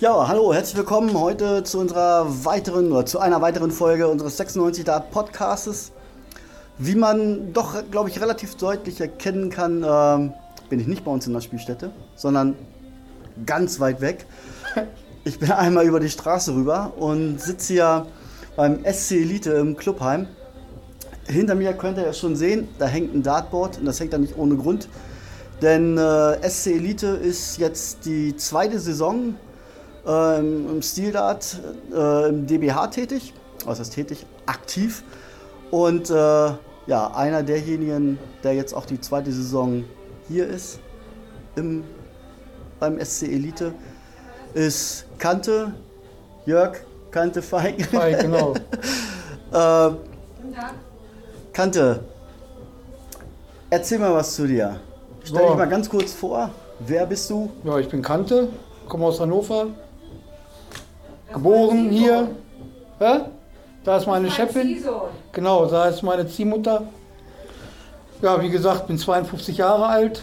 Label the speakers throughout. Speaker 1: Ja, hallo, herzlich willkommen heute zu unserer weiteren oder zu einer weiteren Folge unseres 96 Dart Podcasts. Wie man doch, glaube ich, relativ deutlich erkennen kann, ähm, bin ich nicht bei uns in der Spielstätte, sondern ganz weit weg. Ich bin einmal über die Straße rüber und sitze hier beim SC Elite im Clubheim. Hinter mir könnt ihr ja schon sehen, da hängt ein Dartboard und das hängt da nicht ohne Grund. Denn äh, SC Elite ist jetzt die zweite Saison ähm, im Stilart äh, im DBH tätig, was heißt tätig, aktiv. Und äh, ja, einer derjenigen, der jetzt auch die zweite Saison hier ist, im, beim SC Elite, ist Kante, Jörg, Kante Feig.
Speaker 2: Hi, genau.
Speaker 1: Äh, Kante, erzähl mal was zu dir. Stell
Speaker 2: Boah.
Speaker 1: dich mal ganz kurz vor. Wer bist du?
Speaker 2: Ja, ich bin Kante, komme aus Hannover, geboren hier. Hä? Da ist meine Chefin. Genau, da ist meine Ziehmutter. Ja, wie gesagt, bin 52 Jahre alt,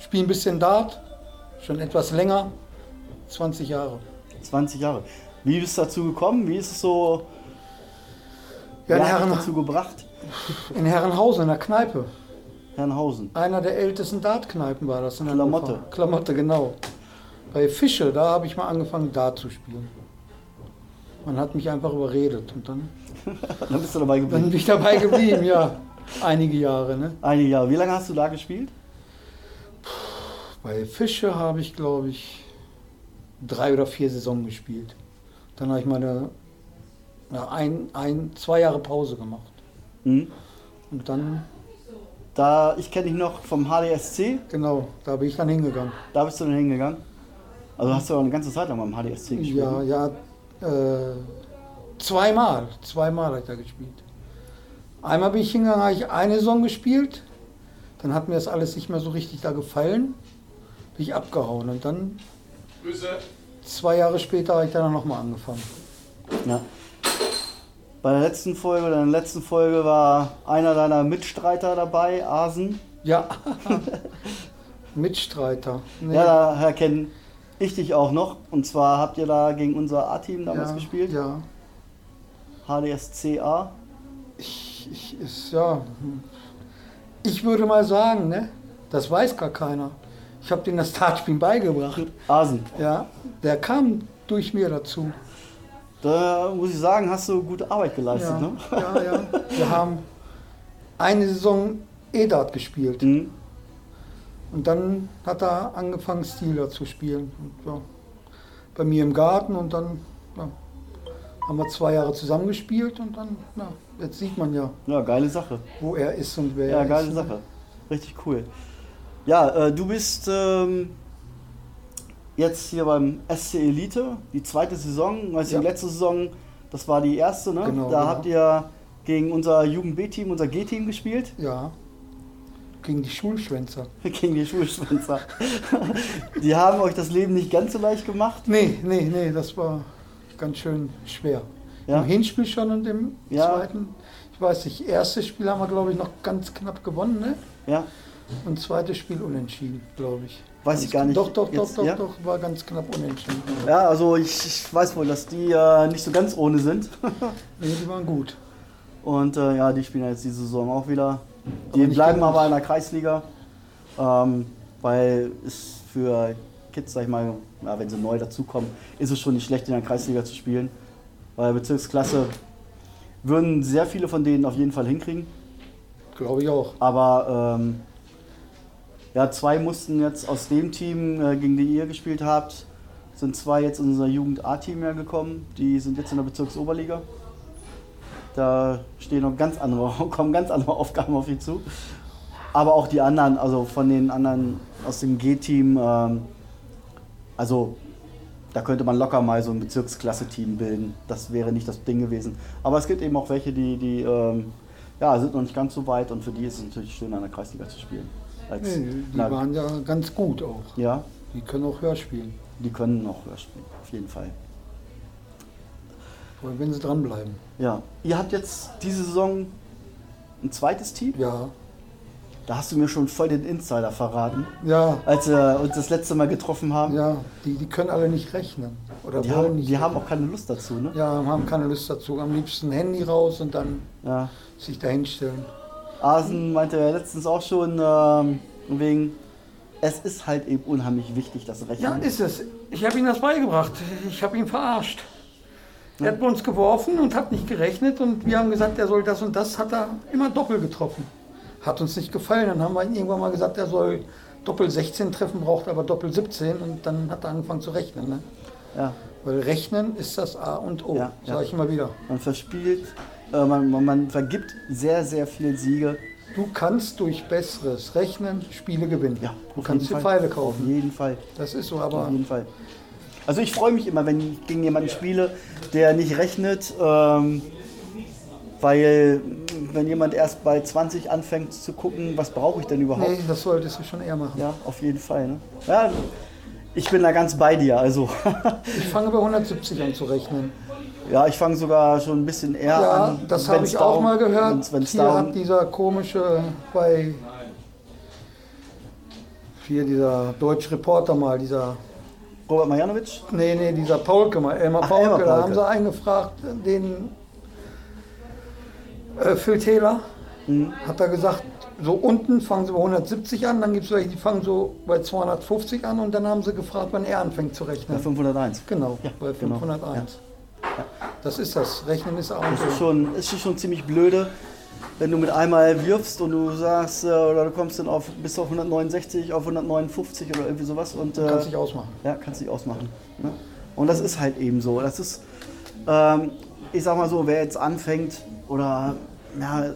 Speaker 2: spiele ein bisschen Dart, schon etwas länger, 20 Jahre.
Speaker 1: 20 Jahre. Wie bist du dazu gekommen? Wie ist es so wer
Speaker 2: Ja, in,
Speaker 1: hat dich
Speaker 2: Herren,
Speaker 1: dazu gebracht?
Speaker 2: in Herrenhausen, in der Kneipe.
Speaker 1: Herrenhausen.
Speaker 2: Einer der ältesten Dartkneipen war das in
Speaker 1: Klamotte.
Speaker 2: Hannover. Klamotte, genau. Bei Fische, da habe ich mal angefangen, Dart zu spielen. Man hat mich einfach überredet und dann
Speaker 1: Dann bist du dabei
Speaker 2: Dann
Speaker 1: geblieben.
Speaker 2: bin ich dabei geblieben, ja. Einige Jahre, ne?
Speaker 1: Einige Jahre. Wie lange hast du da gespielt?
Speaker 2: Bei Fische habe ich, glaube ich, drei oder vier Saisonen gespielt. Dann habe ich meine ja, ein, ein, zwei Jahre Pause gemacht.
Speaker 1: Mhm.
Speaker 2: Und dann,
Speaker 1: Da, ich kenne dich noch vom HDSC.
Speaker 2: genau, da bin ich dann hingegangen.
Speaker 1: Da bist du dann hingegangen. Also hast du auch eine ganze Zeit lang beim HDSC gespielt. ne?
Speaker 2: Ja, ja, äh, zweimal, zweimal habe ich da gespielt. Einmal bin ich hingegangen, habe ich eine Saison gespielt, dann hat mir das alles nicht mehr so richtig da gefallen, bin ich abgehauen und dann
Speaker 3: Grüße.
Speaker 2: Zwei Jahre später habe ich dann nochmal angefangen.
Speaker 1: Ja. Bei der letzten Folge, deiner letzten Folge war einer deiner Mitstreiter dabei, Asen.
Speaker 2: Ja. Mitstreiter. Nee.
Speaker 1: Ja, daher kenne ich dich auch noch. Und zwar habt ihr da gegen unser A-Team damals
Speaker 2: Ja,
Speaker 1: gespielt.
Speaker 2: Ja.
Speaker 1: HDSCA.
Speaker 2: Ich, ich, ist, ja. ich würde mal sagen, ne? das weiß gar keiner. Ich habe denen das Tatspiel beigebracht.
Speaker 1: Asen.
Speaker 2: Ja, der kam durch mir dazu.
Speaker 1: Da muss ich sagen, hast du gute Arbeit geleistet,
Speaker 2: Ja,
Speaker 1: ne?
Speaker 2: ja, ja. Wir haben eine Saison E-Dart gespielt.
Speaker 1: Mhm.
Speaker 2: Und dann hat er angefangen, Steeler zu spielen. Und, ja, bei mir im Garten und dann ja, haben wir zwei Jahre zusammengespielt und dann, ja, jetzt sieht man ja,
Speaker 1: Ja, geile Sache.
Speaker 2: wo er ist und wer
Speaker 1: Ja,
Speaker 2: er
Speaker 1: geile
Speaker 2: ist. ne?
Speaker 1: Sache. Richtig cool. Ja, äh, du bist ähm, jetzt hier beim SC Elite, die zweite Saison. Also
Speaker 2: Ja.
Speaker 1: die letzte Saison, das war die erste, ne?
Speaker 2: Genau,
Speaker 1: da
Speaker 2: genau.
Speaker 1: habt ihr gegen unser Jugend-B-Team, unser G-Team gespielt.
Speaker 2: Ja, gegen die Schulschwänzer.
Speaker 1: Gegen die Schulschwänzer. die haben euch das Leben nicht ganz so leicht gemacht.
Speaker 2: Nee, nee, nee, das war ganz schön schwer.
Speaker 1: Ja.
Speaker 2: Im Hinspiel schon und im
Speaker 1: Ja.
Speaker 2: zweiten, ich weiß nicht, erstes Spiel haben wir, glaube ich, noch ganz knapp gewonnen, ne?
Speaker 1: Ja,
Speaker 2: Und zweites Spiel unentschieden, glaube ich.
Speaker 1: Weiß
Speaker 2: ganz
Speaker 1: ich gar nicht.
Speaker 2: Doch, doch,
Speaker 1: Jetzt-
Speaker 2: doch, doch,
Speaker 1: ja?
Speaker 2: doch, war ganz knapp unentschieden.
Speaker 1: ja also ich, ich weiß wohl, dass die äh, nicht so ganz ohne sind.
Speaker 2: Nee, die waren gut.
Speaker 1: Und äh, ja, die spielen jetzt die Saison auch wieder. Die
Speaker 2: Aber nicht
Speaker 1: bleiben
Speaker 2: gegen
Speaker 1: aber in der Kreisliga, ähm, weil es für Kids, sag ich mal, ja, wenn sie neu dazukommen, ist es schon nicht schlecht, in der Kreisliga zu spielen. Weil Bezirksklasse würden sehr viele von denen auf jeden Fall hinkriegen.
Speaker 2: Glaube ich auch.
Speaker 1: Aber ähm, ja, zwei mussten jetzt aus dem Team, äh, gegen die ihr gespielt habt, sind zwei jetzt in unser Jugend-A-Team mehr gekommen. Die sind jetzt in der Bezirksoberliga. Da stehen noch ganz andere, kommen ganz andere Aufgaben auf die zu. Aber auch die anderen, also von den anderen aus dem G-Team, ähm, also da könnte man locker mal so ein Bezirksklasse-Team bilden. Das wäre nicht das Ding gewesen. Aber es gibt eben auch welche, die, die ähm, ja, sind noch nicht ganz so weit und für die ist es natürlich schön, an der Kreisliga zu spielen. Als,
Speaker 2: Nee, die
Speaker 1: na,
Speaker 2: waren ja ganz gut auch.
Speaker 1: ja,
Speaker 2: Die können auch höher spielen,
Speaker 1: die können noch höher spielen, auf jeden Fall.
Speaker 2: vor allem wenn sie dranbleiben.
Speaker 1: Ja, ihr habt jetzt diese Saison ein zweites Team.
Speaker 2: Ja.
Speaker 1: Da hast du mir schon voll den Insider verraten,
Speaker 2: Ja,
Speaker 1: als wir uns das letzte Mal getroffen haben.
Speaker 2: ja, die, die können alle nicht rechnen. Oder
Speaker 1: Die,
Speaker 2: wollen
Speaker 1: haben,
Speaker 2: nicht.
Speaker 1: die haben auch keine Lust dazu, ne?
Speaker 2: ja, haben keine Lust dazu. Am liebsten Handy raus und dann
Speaker 1: Ja.
Speaker 2: sich dahinstellen.
Speaker 1: Asen meinte ja letztens auch schon, ähm, wegen, es ist halt eben unheimlich wichtig, das
Speaker 2: Ja,
Speaker 1: Rechnen.
Speaker 2: ist es. Ich habe ihm das beigebracht. Ich habe ihn verarscht. Er hat bei uns geworfen und hat nicht gerechnet und wir haben gesagt, er soll das und das, hat er immer doppelt getroffen. Hat uns nicht gefallen. Dann haben wir ihm irgendwann mal gesagt, er soll Doppel 16 treffen, braucht aber Doppel 17 und dann hat er angefangen zu rechnen. Ne?
Speaker 1: ja.
Speaker 2: Weil Rechnen ist das A und O,
Speaker 1: Ja, ja.
Speaker 2: sage ich immer wieder.
Speaker 1: Man verspielt, äh, man, man, man vergibt sehr, sehr viel Siege.
Speaker 2: Du kannst durch besseres Rechnen Spiele gewinnen.
Speaker 1: Ja,
Speaker 2: du
Speaker 1: auf
Speaker 2: kannst
Speaker 1: jeden
Speaker 2: dir
Speaker 1: Fall.
Speaker 2: Pfeile
Speaker 1: Auf
Speaker 2: kaufen.
Speaker 1: jeden Fall.
Speaker 2: Das ist so,
Speaker 1: Auf
Speaker 2: aber
Speaker 1: jeden Fall. Also ich freue mich immer, wenn ich gegen jemanden spiele, der nicht rechnet, ähm, weil mh, wenn jemand erst bei 20 anfängt zu gucken, was brauche ich denn überhaupt?
Speaker 2: nee, das solltest du schon eher machen.
Speaker 1: Ja, auf jeden Fall. Ne? Ja, ich bin da ganz bei dir. Also
Speaker 2: Ich fange bei 170 an zu rechnen.
Speaker 1: ja, ich fange sogar schon ein bisschen eher
Speaker 2: Ja,
Speaker 1: an.
Speaker 2: das habe
Speaker 1: wenn's
Speaker 2: ich auch
Speaker 1: down-
Speaker 2: mal gehört.
Speaker 1: Wenn's, wenn's um
Speaker 2: hier
Speaker 1: down,
Speaker 2: hat dieser komische bei hier dieser deutsche Reporter mal, dieser
Speaker 1: Robert Marjanovic?
Speaker 2: nee, nee, dieser Paulke mal, Elmar
Speaker 1: Ach,
Speaker 2: Paulke,
Speaker 1: Elmar
Speaker 2: da
Speaker 1: Paulke.
Speaker 2: haben sie eingefragt, den äh, Phil Taylor
Speaker 1: Mhm.
Speaker 2: hat er gesagt, so unten fangen sie bei 170 an, dann gibt es welche, die fangen so bei 250 an und dann haben sie gefragt, wann er anfängt zu
Speaker 1: Bei
Speaker 2: rechnen.
Speaker 1: 501.
Speaker 2: Genau,
Speaker 1: Ja,
Speaker 2: bei
Speaker 1: genau.
Speaker 2: 501. Das ist das. Rechnen ist auch
Speaker 1: Das ist
Speaker 2: so.
Speaker 1: schon, ist schon ziemlich blöde, wenn du mit einmal wirfst und du sagst, äh, oder du kommst dann auf bis auf 169, auf 159 oder irgendwie sowas und äh,
Speaker 2: Kannst dich ausmachen.
Speaker 1: ja, kannst dich ausmachen. Ne? Und das ist halt eben so. Das ist, ähm, ich sag mal so, wer jetzt anfängt oder ja,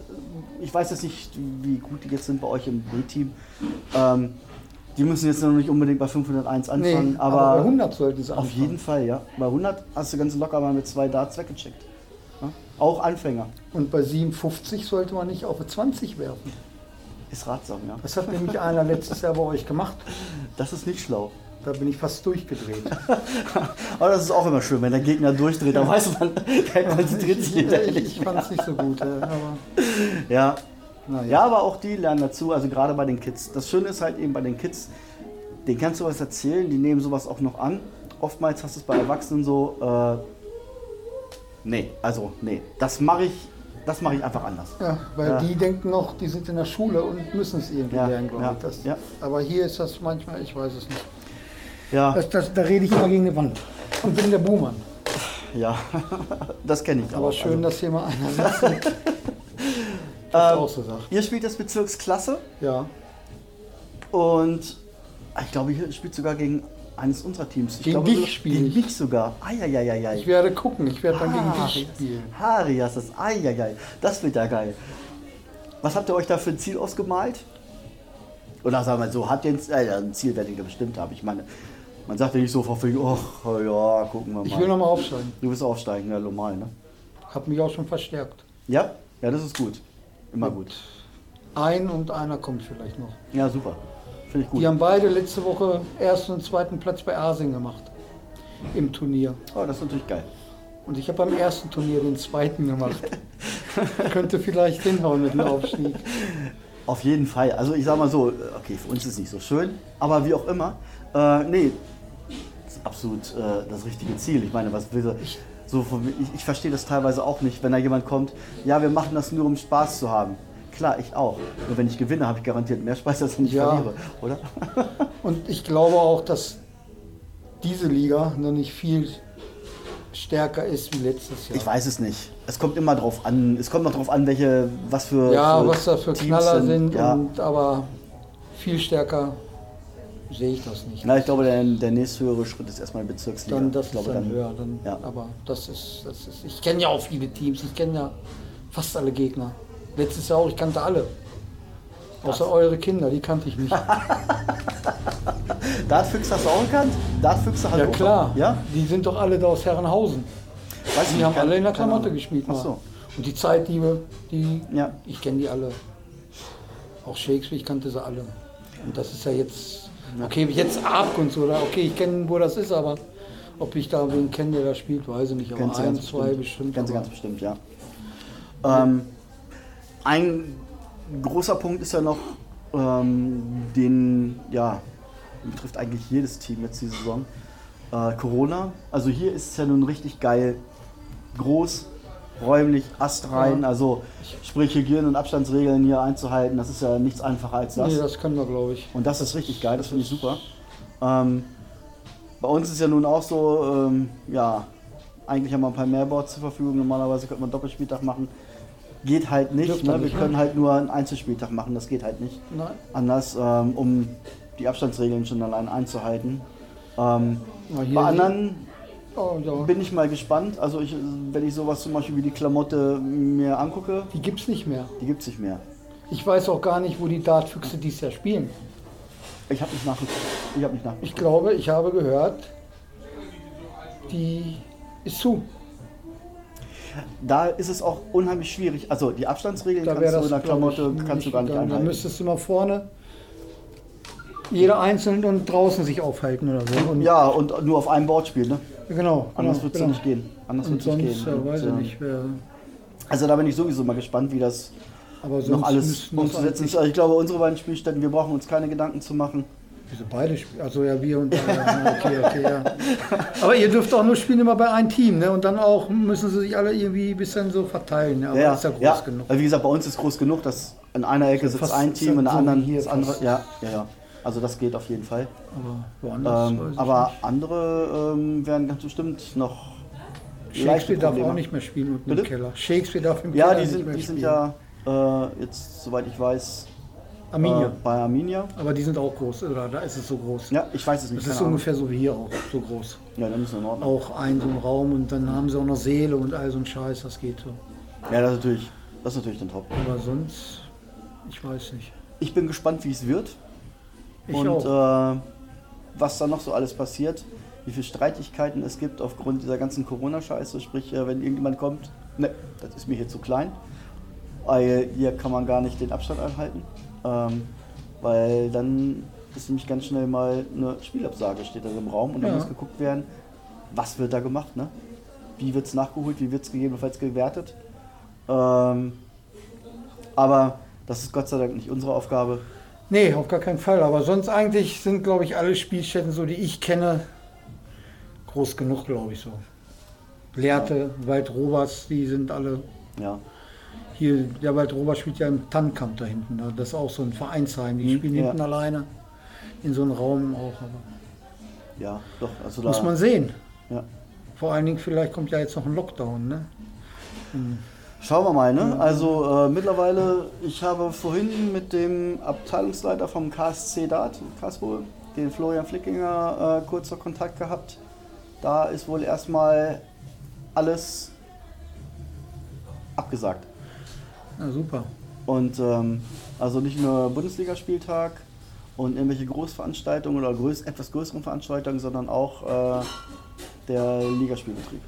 Speaker 1: ich weiß jetzt nicht, wie gut die jetzt sind bei euch im B-Team. Ähm, die müssen jetzt noch nicht unbedingt bei 501
Speaker 2: Nee,
Speaker 1: anfangen,
Speaker 2: aber, bei 100 sollten sie
Speaker 1: auf
Speaker 2: anfangen.
Speaker 1: jeden Fall, ja. Bei 100 hast du ganz locker mal mit zwei Darts weggecheckt. Ja? Auch Anfänger.
Speaker 2: Und bei 57 sollte man nicht auf eine 20 werfen.
Speaker 1: Ist ratsam, ja.
Speaker 2: Das hat nämlich einer letztes Jahr bei euch gemacht.
Speaker 1: Das ist nicht schlau.
Speaker 2: Da bin ich fast durchgedreht.
Speaker 1: Aber das ist auch immer schön, wenn der Gegner durchdreht, dann weiß man, der konzentriert sich
Speaker 2: ich
Speaker 1: hinterher
Speaker 2: ich,
Speaker 1: nicht
Speaker 2: ich fand es nicht so gut. äh, Aber,
Speaker 1: Ja.
Speaker 2: naja.
Speaker 1: ja, aber auch die lernen dazu, also gerade bei den Kids. Das Schöne ist halt eben bei den Kids, denen kannst du was erzählen, die nehmen sowas auch noch an. Oftmals hast du es bei Erwachsenen so, äh, nee, also nee, das mache ich, das mache ich einfach anders.
Speaker 2: Ja, weil
Speaker 1: Ja.
Speaker 2: die denken noch, die sind in der Schule und müssen es irgendwie
Speaker 1: Ja,
Speaker 2: lernen, glaube
Speaker 1: ja,
Speaker 2: ich. Das,
Speaker 1: ja.
Speaker 2: Aber hier ist das manchmal, ich weiß es nicht.
Speaker 1: Ja,
Speaker 2: Das, das, da rede ich immer gegen die Wand. Und bin der Buhmann.
Speaker 1: ja, das kenne ich auch.
Speaker 2: Aber schön, dass hier mal einer sagt,
Speaker 1: also,
Speaker 2: das auch so sagt.
Speaker 1: Ihr spielt das Bezirksklasse
Speaker 2: Ja.
Speaker 1: und ah, ich glaube, ihr spielt sogar gegen eines unserer Teams. Ich
Speaker 2: Gegen
Speaker 1: glaube,
Speaker 2: dich
Speaker 1: sogar-
Speaker 2: spiele
Speaker 1: Gegen
Speaker 2: ich.
Speaker 1: dich sogar. Eieieiei.
Speaker 2: Ich werde gucken, ich werde dann gegen dich
Speaker 1: Harias.
Speaker 2: spielen.
Speaker 1: Harias, das Eieiei. Das wird ja geil. Was habt ihr euch da für ein Ziel ausgemalt? Oder sagen wir mal so, habt ihr ein, äh, ein Ziel, werdet ihr bestimmt haben. Ich meine, man sagt ja nicht so vor fünf, ach oh, ja, gucken wir mal.
Speaker 2: Ich will nochmal aufschreiben.
Speaker 1: du wirst aufsteigen, ja, normal, ne?
Speaker 2: Hab mich auch schon verstärkt.
Speaker 1: Ja? Ja, das ist gut. Immer gut.
Speaker 2: Ein und einer kommt vielleicht noch.
Speaker 1: Ja, super. Finde ich gut.
Speaker 2: Die haben beide letzte Woche ersten und zweiten Platz bei Asien gemacht. Im Turnier.
Speaker 1: Oh, das ist natürlich geil.
Speaker 2: Und ich habe beim ersten Turnier den zweiten gemacht. Könnte vielleicht hinhauen mit dem Aufstieg.
Speaker 1: Auf jeden Fall. Also ich sag mal so, okay, für uns ist nicht so schön, aber wie auch immer, äh, nee, das ist absolut äh, das richtige Ziel. Ich meine, was will ich, so von, ich, ich verstehe das teilweise auch nicht, wenn da jemand kommt, ja, wir machen das nur, um Spaß zu haben. Klar, ich auch. Und wenn ich gewinne, habe ich garantiert mehr Spaß, als wenn ich
Speaker 2: Ja.
Speaker 1: verliere, oder?
Speaker 2: Und ich glaube auch, dass diese Liga noch nicht viel stärker ist wie letztes Jahr.
Speaker 1: Ich weiß es nicht. Es kommt immer drauf an. Es kommt noch drauf an, welche, was für
Speaker 2: ja,
Speaker 1: für
Speaker 2: was da für
Speaker 1: also Teams
Speaker 2: Knaller sind,
Speaker 1: Ja.
Speaker 2: und, aber viel stärker sehe ich das nicht.
Speaker 1: Na, ich glaube, der, der nächsthöhere Schritt ist erstmal Bezirksliga.
Speaker 2: Dann das
Speaker 1: ich
Speaker 2: ist
Speaker 1: glaube,
Speaker 2: dann höher. ne? Dann,
Speaker 1: ja.
Speaker 2: Aber das ist, das ist. Ich kenne ja auch viele Teams, ich kenne ja fast alle Gegner. Letztes Jahr auch, ich kannte alle. Außer eure Kinder, die kannte ich nicht.
Speaker 1: Dartfüchse hast du auch gekannt? Dartfüchse hat halt
Speaker 2: ja
Speaker 1: auch-
Speaker 2: klar,
Speaker 1: Ja?
Speaker 2: die sind doch alle da aus Herrenhausen.
Speaker 1: Weiß
Speaker 2: Die
Speaker 1: nicht,
Speaker 2: haben
Speaker 1: keine-
Speaker 2: alle in der
Speaker 1: keine
Speaker 2: Klamotte
Speaker 1: Ahnung.
Speaker 2: gespielt. ne?
Speaker 1: Ach
Speaker 2: mal.
Speaker 1: so.
Speaker 2: Und die Zeitliebe, die,
Speaker 1: Ja.
Speaker 2: ich kenne die alle. Auch Shakespeare, ich kannte sie alle. Und das ist ja jetzt, okay, jetzt Abkunft oder okay, ich kenne, wo das ist, aber ob ich da wen kenne, der da spielt, weiß ich nicht. Aber
Speaker 1: Ganz,
Speaker 2: ein,
Speaker 1: ganz
Speaker 2: zwei
Speaker 1: bestimmt.
Speaker 2: bestimmt.
Speaker 1: Ganz,
Speaker 2: aber-
Speaker 1: ganz bestimmt, ja. Ähm, ein großer Punkt ist ja noch, ähm, den, ja, betrifft eigentlich jedes Team jetzt die Saison. Äh, Corona, also hier ist es ja nun richtig geil, groß, räumlich, astrein,
Speaker 2: Ja.
Speaker 1: also sprich Hygiene- und Abstandsregeln hier einzuhalten, das ist ja nichts einfacher als das.
Speaker 2: Nee, das können wir, glaube ich.
Speaker 1: Und das ist richtig geil, das finde ich super. Ähm, bei uns ist ja nun auch so, ähm, ja, eigentlich haben wir ein paar mehr Boards zur Verfügung. Normalerweise könnte man Doppelspieltag machen. Geht halt nicht,
Speaker 2: Dürft
Speaker 1: ne?
Speaker 2: ihr
Speaker 1: Wir
Speaker 2: nicht, ne?
Speaker 1: können halt nur einen Einzelspieltag machen, das geht halt nicht.
Speaker 2: Nein,
Speaker 1: Anders, ähm, um die Abstandsregeln schon allein einzuhalten. Ähm,
Speaker 2: Na, hier
Speaker 1: bei
Speaker 2: sind-
Speaker 1: anderen
Speaker 2: Oh, ja.
Speaker 1: bin ich mal gespannt. Also ich, wenn ich sowas zum Beispiel wie die Klamotte mir angucke,
Speaker 2: Die gibt's nicht mehr.
Speaker 1: die gibt's nicht mehr.
Speaker 2: Ich weiß auch gar nicht, wo die Dartfüchse dies Jahr spielen.
Speaker 1: Ich habe nicht nachgeguckt. Ich habe nicht nachgeguckt.
Speaker 2: Ich glaube, ich habe gehört, die ist zu.
Speaker 1: Da ist es auch unheimlich schwierig. Also die Abstandsregeln
Speaker 2: Da
Speaker 1: kannst
Speaker 2: wäre
Speaker 1: du in
Speaker 2: das.
Speaker 1: der
Speaker 2: glaub ich,
Speaker 1: Klamotte kannst du gar nicht
Speaker 2: dann, dann
Speaker 1: einhalten.
Speaker 2: müsstest du mal vorne jeder einzeln und draußen sich aufhalten oder so. Und
Speaker 1: Ja, und nur auf einem Board spielen, ne?
Speaker 2: genau.
Speaker 1: Anders
Speaker 2: genau,
Speaker 1: wird es
Speaker 2: genau.
Speaker 1: nicht gehen. Anders
Speaker 2: Und
Speaker 1: wird es nicht
Speaker 2: sonst,
Speaker 1: gehen.
Speaker 2: ja, weiß
Speaker 1: Und,
Speaker 2: ich
Speaker 1: ähm,
Speaker 2: nicht. Wer,
Speaker 1: Also da bin ich sowieso mal gespannt, wie das
Speaker 2: aber sonst
Speaker 1: noch alles
Speaker 2: müssten das
Speaker 1: umzusetzen ist.
Speaker 2: eigentlich-
Speaker 1: Also ich glaube, unsere beiden Spielstätten, wir brauchen uns keine Gedanken zu machen.
Speaker 2: Wieso beide spielen? Also ja, wir und ja, okay, okay, ja. Aber ihr dürft auch nur spielen immer bei einem Team, ne? Und dann auch müssen sie sich alle irgendwie ein bisschen so verteilen. Ne? Aber
Speaker 1: ja,
Speaker 2: ist ja groß
Speaker 1: ja.
Speaker 2: genug.
Speaker 1: Wie gesagt, bei uns ist groß genug, dass in einer Ecke sitzt
Speaker 2: fast
Speaker 1: ein Team, in der
Speaker 2: so
Speaker 1: anderen
Speaker 2: wie hier
Speaker 1: das andere.
Speaker 2: fast.
Speaker 1: Ja, ja, ja. Also das geht auf jeden Fall.
Speaker 2: Aber woanders weiß
Speaker 1: Ähm,
Speaker 2: ich
Speaker 1: aber
Speaker 2: nicht.
Speaker 1: andere ähm, werden ganz bestimmt noch leichte
Speaker 2: Shakespeare darf
Speaker 1: Probleme
Speaker 2: auch nicht mehr spielen unten
Speaker 1: Bitte?
Speaker 2: im Keller. Shakespeare darf im
Speaker 1: Ja,
Speaker 2: Keller
Speaker 1: die
Speaker 2: nicht
Speaker 1: sind,
Speaker 2: mehr
Speaker 1: die sind
Speaker 2: spielen.
Speaker 1: ja äh, jetzt, soweit ich weiß,
Speaker 2: Arminia.
Speaker 1: Äh, bei Arminia.
Speaker 2: Aber die sind auch groß, oder? Da ist es so groß.
Speaker 1: Ja, ich weiß es nicht.
Speaker 2: Das ist
Speaker 1: keine Ahnung.
Speaker 2: ungefähr so wie hier auch, so groß.
Speaker 1: Ja, dann ist es in Ordnung.
Speaker 2: Auch ein so ein Raum und dann haben sie auch noch Seele und all so ein Scheiß, das geht so.
Speaker 1: Ja, das ist natürlich, das ist natürlich dann top.
Speaker 2: Aber sonst, ich weiß nicht.
Speaker 1: Ich bin gespannt, wie es wird
Speaker 2: Ich
Speaker 1: und
Speaker 2: auch.
Speaker 1: Äh, was da noch so alles passiert, wie viele Streitigkeiten es gibt aufgrund dieser ganzen Corona-Scheiße. Sprich, äh, wenn irgendjemand kommt, ne, das ist mir hier zu klein, weil hier kann man gar nicht den Abstand einhalten, ähm, weil dann ist nämlich ganz schnell mal eine Spielabsage steht da so im Raum und dann
Speaker 2: Ja.
Speaker 1: muss geguckt werden, was wird da gemacht, ne? Wie wird es nachgeholt, wie wird es gegebenenfalls gewertet. Ähm, aber das ist Gott sei Dank nicht unsere Aufgabe.
Speaker 2: Nee, auf gar keinen Fall. Aber sonst eigentlich sind, glaube ich, alle Spielstätten, so die ich kenne, groß genug, glaube ich so. Lehrte, Wald Roberts, die sind alle
Speaker 1: Ja.
Speaker 2: hier. Der Wald Roberts spielt ja im Tannkamp da hinten. ne? Das ist auch so ein Vereinsheim. Die
Speaker 1: Mhm,
Speaker 2: spielen
Speaker 1: ja.
Speaker 2: hinten alleine in so einem Raum auch. Aber
Speaker 1: Ja, doch. Also da,
Speaker 2: muss man sehen.
Speaker 1: ja.
Speaker 2: Vor allen Dingen, vielleicht kommt ja jetzt noch ein Lockdown. Ne?
Speaker 1: Schauen wir mal,
Speaker 2: Mhm.
Speaker 1: ne? Also äh, mittlerweile, ich habe vorhin mit dem Abteilungsleiter vom KSC Dart in Karlsruhe, den Florian Flickinger, äh, kurz noch Kontakt gehabt. Da ist wohl erstmal alles abgesagt.
Speaker 2: Na super.
Speaker 1: Und ähm, also nicht nur Bundesligaspieltag und irgendwelche Großveranstaltungen oder größ etwas größeren Veranstaltungen, sondern auch äh, der Ligaspielbetrieb.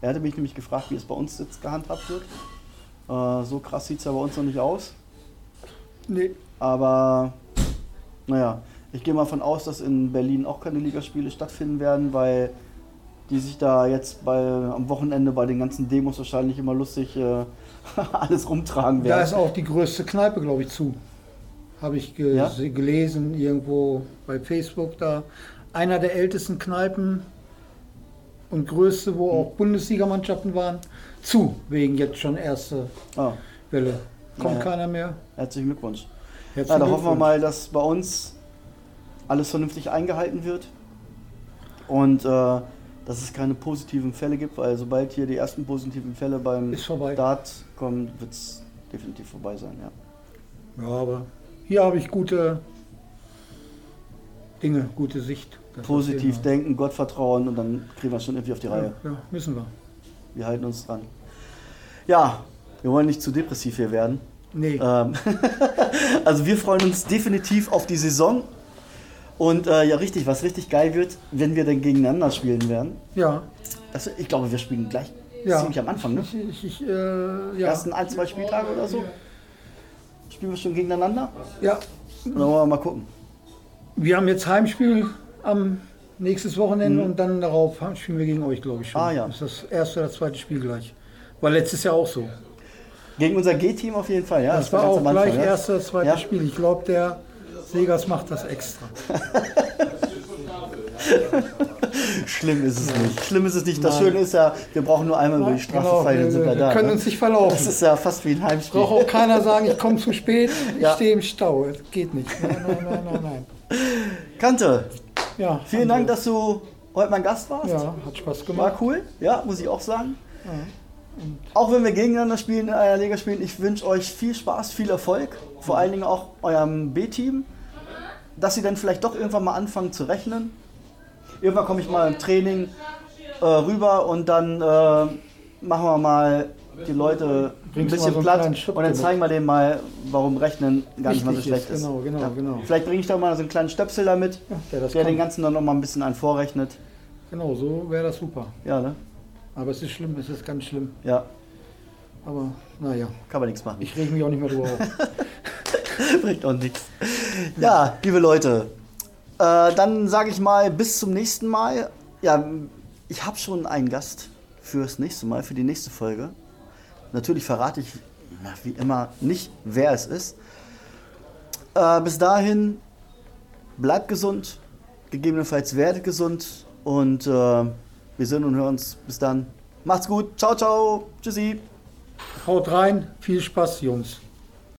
Speaker 1: Er hatte mich nämlich gefragt, wie es bei uns jetzt gehandhabt wird. Äh, so krass sieht es ja bei uns noch nicht aus.
Speaker 2: Nee.
Speaker 1: Aber naja, ich gehe mal von aus, dass in Berlin auch keine Ligaspiele stattfinden werden, weil die sich da jetzt bei, am Wochenende bei den ganzen Demos wahrscheinlich immer lustig äh, alles rumtragen werden.
Speaker 2: Da ist auch die größte Kneipe, glaube ich, zu. Habe ich ge-
Speaker 1: Ja?
Speaker 2: se- gelesen, irgendwo bei Facebook da. Einer der ältesten Kneipen und größte,
Speaker 1: Hm.
Speaker 2: wo auch Bundesligamannschaften waren, zu, wegen jetzt schon erste
Speaker 1: Ah,
Speaker 2: Welle. Kommt
Speaker 1: Ja.
Speaker 2: keiner mehr.
Speaker 1: herzlichen Glückwunsch. Ja,
Speaker 2: Herzlichen
Speaker 1: da hoffen wir
Speaker 2: Glückwunsch.
Speaker 1: mal, dass bei uns alles vernünftig eingehalten wird und äh, dass es keine positiven Fälle gibt, weil sobald hier die ersten positiven Fälle beim
Speaker 2: Ist vorbei.
Speaker 1: Dart kommen, wird es definitiv vorbei sein. Ja.
Speaker 2: Ja, aber hier habe ich gute Dinge, gute Sicht. Das
Speaker 1: Positiv
Speaker 2: sehen
Speaker 1: denken, Gott vertrauen und dann kriegen wir es schon irgendwie auf die
Speaker 2: wir.
Speaker 1: Reihe.
Speaker 2: genau. Ja, ja, müssen wir.
Speaker 1: Wir halten uns dran. Ja, wir wollen nicht zu depressiv hier werden.
Speaker 2: Nee,
Speaker 1: Ähm, also wir freuen uns definitiv auf die Saison. Und äh, ja, richtig, was richtig geil wird, wenn wir dann gegeneinander spielen werden.
Speaker 2: ja.
Speaker 1: Das, ich glaube, wir spielen gleich
Speaker 2: Ja.
Speaker 1: ziemlich am Anfang, ne?
Speaker 2: Ich, ich, ich, äh,
Speaker 1: Die
Speaker 2: ja.
Speaker 1: ersten ein, zwei Spieltage oder so. Spielen wir schon gegeneinander?
Speaker 2: ja,
Speaker 1: Und dann wollen wir mal gucken.
Speaker 2: Wir haben jetzt Heimspiel am nächstes Wochenende und dann darauf spielen wir gegen euch, glaube ich schon.
Speaker 1: Mhm. Ah, ja.
Speaker 2: Das ist das erste oder zweite Spiel gleich. War letztes Jahr auch so.
Speaker 1: Gegen unser G-Team auf jeden Fall, ja.
Speaker 2: Das, war
Speaker 1: ganz
Speaker 2: auch
Speaker 1: am Anfang,
Speaker 2: gleich
Speaker 1: ja.
Speaker 2: erste, zweite
Speaker 1: Ja.
Speaker 2: Spiel. Ich glaube, der Vegas macht das extra.
Speaker 1: Schlimm ist es nicht. Schlimm ist es nicht. Das
Speaker 2: Nein.
Speaker 1: Schöne ist ja, wir brauchen nur einmal über die Straße
Speaker 2: Genau,
Speaker 1: fallen und
Speaker 2: wir-
Speaker 1: sind wir
Speaker 2: wir
Speaker 1: da.
Speaker 2: können
Speaker 1: ne?
Speaker 2: uns nicht verlaufen.
Speaker 1: Das ist ja fast wie ein Heimspiel.
Speaker 2: Braucht auch keiner sagen, ich komme zu spät, ich
Speaker 1: Ja.
Speaker 2: stehe im Stau. Das geht nicht. Nein, nein, nein, nein, nein.
Speaker 1: Kante,
Speaker 2: Ja,
Speaker 1: vielen Dank, dass du heute mein Gast warst.
Speaker 2: Ja, hat Spaß gemacht.
Speaker 1: War cool, ja, muss ich auch sagen. Auch wenn wir gegeneinander spielen, in einer Liga spielen, ich wünsche euch viel Spaß, viel Erfolg. Vor allen Dingen auch eurem B-Team, dass sie dann vielleicht doch irgendwann mal anfangen zu rechnen. Irgendwann komme ich mal im Training äh, rüber und dann äh, machen wir mal die Leute ein
Speaker 2: Bringst mal
Speaker 1: bisschen
Speaker 2: so einen
Speaker 1: platt
Speaker 2: kleinen Schub
Speaker 1: und dann
Speaker 2: damit.
Speaker 1: zeigen wir denen mal, warum Rechnen gar nicht mal so
Speaker 2: Wichtig
Speaker 1: schlecht
Speaker 2: ist,
Speaker 1: ist.
Speaker 2: genau, genau, genau.
Speaker 1: Vielleicht bringe ich da mal so einen kleinen Stöpsel damit,
Speaker 2: Ja, der das
Speaker 1: der
Speaker 2: kann.
Speaker 1: den ganzen dann nochmal ein bisschen an vorrechnet.
Speaker 2: Genau, so wäre das super.
Speaker 1: Ja, ne?
Speaker 2: Aber es ist schlimm, es ist ganz schlimm.
Speaker 1: Ja,
Speaker 2: Aber naja,
Speaker 1: kann man nichts machen.
Speaker 2: ich reg mich auch nicht mehr drüber auf.
Speaker 1: Bringt auch nichts. Ja, liebe Leute, äh, dann sage ich mal bis zum nächsten Mal. Ja, ich habe schon einen Gast fürs nächste Mal, für die nächste Folge. Natürlich verrate ich na, wie immer nicht, wer es ist. Äh, bis dahin, bleibt gesund, gegebenenfalls werdet gesund und äh, wir sehen und hören uns. Bis dann. Macht's gut. Ciao, ciao. Tschüssi.
Speaker 2: Haut rein, viel Spaß, Jungs.